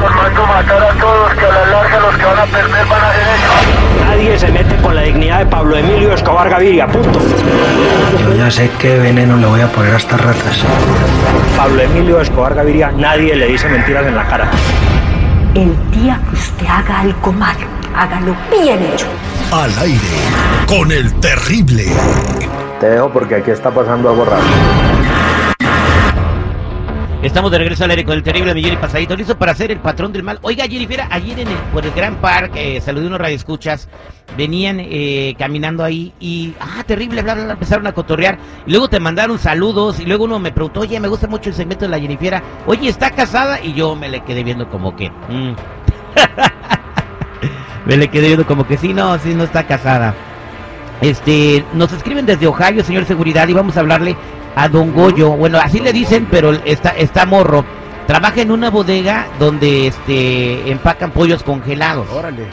matar a todos, que a la larga los que van a perder van a ser ellos. Nadie se mete con la dignidad de Pablo Emilio Escobar Gaviria, punto. Yo ya sé qué veneno le voy a poner a estas ratas. Pablo Emilio Escobar Gaviria, nadie le dice mentiras en la cara. El día que usted haga algo malo, hágalo bien hecho. Al aire, con el terrible. Te dejo porque aquí está pasando algo raro. Estamos de regreso al aire con el terrible Miguel Pasadito, listo para hacer el patrón del mal. Oiga, Jerry Fiera, ayer en el, por el Gran Parque, eh, saludé unos radioescuchas, venían eh, caminando ahí y, ah, terrible, bla, bla, bla, empezaron a cotorrear. Y luego te mandaron saludos y luego uno me preguntó, oye, me gusta mucho el segmento de la Jerry Fiera, oye, ¿está casada? Y yo me le quedé viendo como que... mm. me le quedé viendo como que sí, no, sí, no está casada. Este, nos escriben desde Ohio, señor Seguridad, y vamos a hablarle a Don Goyo. Bueno, así le dicen, pero está, está morro. Trabaja en una bodega donde este, empacan pollos congelados. Órale.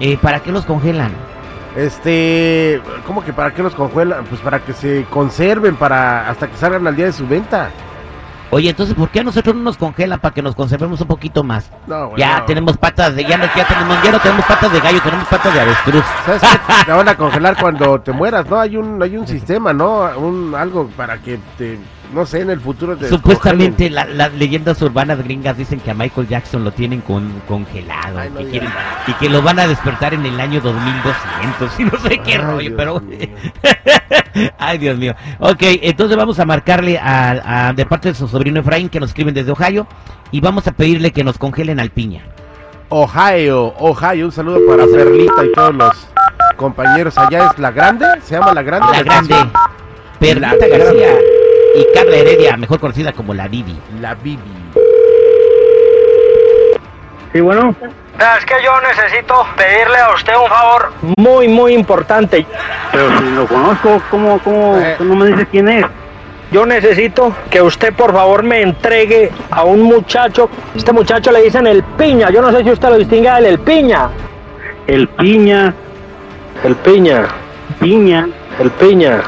Eh, ¿Para qué los congelan? Este, ¿cómo que para qué los congelan? Pues para que se conserven para hasta que salgan al día de su venta. Oye, entonces, ¿por qué a nosotros no nos congelan para que nos conservemos un poquito más? No, bueno, ya no. tenemos patas de, ya, no, ya tenemos, ya no tenemos patas de gallo, tenemos patas de avestruz. ¿Sabes qué? Te van a congelar cuando te mueras, ¿no? Hay un hay un sistema, ¿no? Un algo para que te no sé, en el futuro te Supuestamente la- las leyendas urbanas gringas dicen que a Michael Jackson lo tienen con- congelado Ay, no que digas. quieren- y que lo van a despertar en el año 2200 y no sé qué Ay, rollo, Dios pero... mío. Ay, Dios mío. Ok, entonces vamos a marcarle a, a- de parte de su sobrino Efraín que nos escriben desde Ohio y vamos a pedirle que nos congelen al piña. Ohio, Ohio, un saludo para Perlita y todos los compañeros allá es la grande, se llama la grande. La grande Perlita García y Carla Heredia, mejor conocida como la Didi. La Bibi. Sí, bueno, No, es que yo necesito pedirle a usted un favor. muy, muy importante. Pero si lo conozco, ¿cómo, cómo Eh. no me dice quién es? Yo necesito que usted por favor me entregue a un muchacho. Este muchacho le dicen el piña. Yo no sé si usted lo distinga del el piña. El Piña, El piña, Piña. el piña.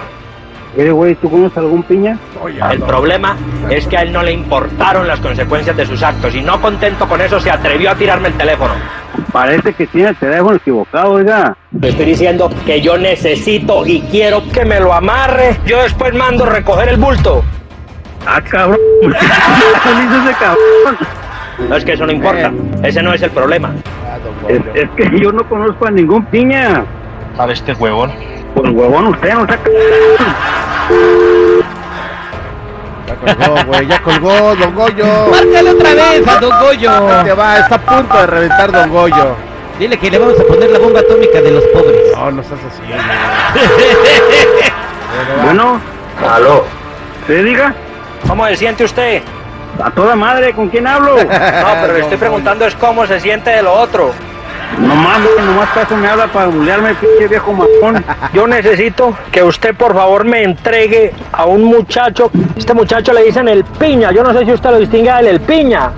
Eh, güey, ¿tú conoces algún Piña? El problema es que a él no le importaron las consecuencias de sus actos y no contento con eso se atrevió a tirarme el teléfono. Parece que tiene el teléfono equivocado, oiga. Le estoy diciendo que yo necesito y quiero que me lo amarre. Yo después mando recoger el bulto. Ah, cabrón. ¿Por qué le hizo ese cabrón? No es que eso no importa. Ese no es el problema. Es, es que yo no conozco a ningún Piña. ¿Sabe este huevón? Pues huevón, usted no sea Ya colgó, güey, ya colgó, don Goyo. ¡Márcale otra vez a Don Ahí te Goyo! va, está a punto de reventar don Goyo. Dile que le vamos a poner la bomba atómica de los pobres. No, no estás así. güey. Bueno, Aló. se diga. ¿Cómo se siente usted? A toda madre, ¿con quién hablo? No, pero le estoy Don preguntando es cómo se siente de lo otro. nomás, güey, nomás para eso me habla para bulearme, pinche viejo marrón. Yo necesito que usted por favor me entregue a un muchacho. Este muchacho le dicen el piña. Yo no sé si usted lo distingue del el piña.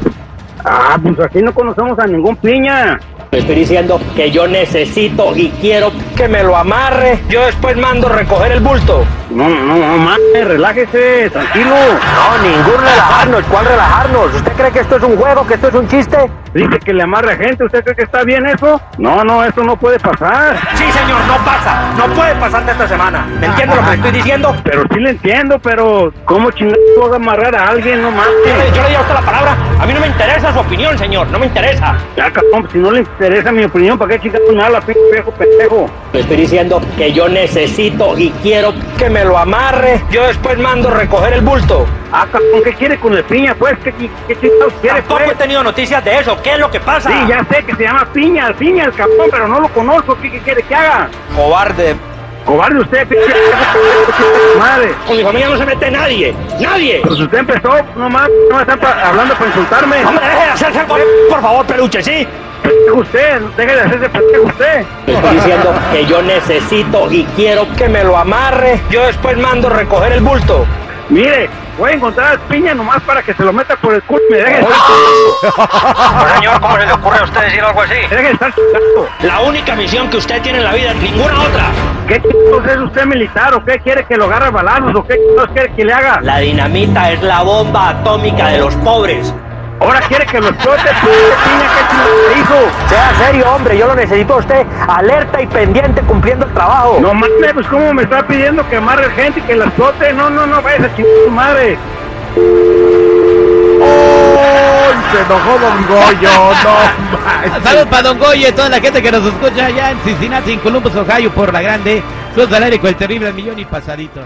Ah, pues aquí no conocemos a ningún Piña. Le estoy diciendo que yo necesito y quiero que me lo amarre. Yo después mando recoger el bulto. No, no, no, mames, relájese, tranquilo. No, ningún relajarnos. ¿Cuál relajarnos? ¿Usted cree que esto es un juego, que esto es un chiste? Dice que le amarre a gente, ¿usted cree que está bien eso? No, no, eso no puede pasar. Sí, señor, no pasa. No puede pasar de esta semana. ¿Me entiende lo que le estoy diciendo? Pero sí le entiendo, pero ¿cómo chingados puedo amarrar a alguien? No mames. Yo le di a usted la palabra. A mí no me interesa su opinión, señor. No me interesa. Ya, cabrón, pues si no le interesa mi opinión, ¿para qué chingados me habla, pinche viejo pendejo? Le estoy diciendo que yo necesito y quiero que me lo amarre. Yo después mando recoger el bulto. Ah, cabrón, ¿qué quiere con el piña, pues? ¿Qué, qué, qué chingados quiere, Tampoco he pues? tenido noticias de eso. ¿Qué es lo que pasa? Sí, ya sé que se llama piña, el piña, el cabrón, pero no lo conozco. ¿Qué, qué quiere que haga? Cobarde. Cobarde usted, pinche viejo pendejo, pinche madre. Con mi familia no se mete nadie. Nadie. Pues usted empezó, no mames, no me están pa- hablando para insultarme. Hombre, deje de hacerse el gore- por favor, peluche, ¿sí? Pendejo usted, deje de hacerse pendejo usted. Le estoy diciendo que yo necesito y quiero que me lo amarre. Yo después mando recoger el bulto. Mire, voy a encontrar a Piña nomás para que se lo meta por el culo y me deje de estar, Ah, pues, señor, ¿cómo se le ocurre a usted decir algo así? deje de estar chingando. La única misión que usted tiene en la vida, ninguna otra. ¿Qué chingados es usted militar o qué quiere que lo agarre a balazos o qué chingados quiere que le haga? La dinamita es la bomba atómica de los pobres. Ahora quiere que lo explote, pues, piña, ¿qué chingados te hizo? Sea serio, hombre, yo lo necesito a usted alerta y pendiente cumpliendo el trabajo. No mames, pues cómo me está pidiendo que amarre gente y que la explote. No, no, no, vayas a chingar tu madre. ¡Ay, se enojó Don Goyo! ¡No manches. Saludos para Don Goyo y toda la gente que nos escucha allá en Cincinnati, en Columbus, Ohio, por la grande. Cruz al aire con el terrible al millón y pasadito.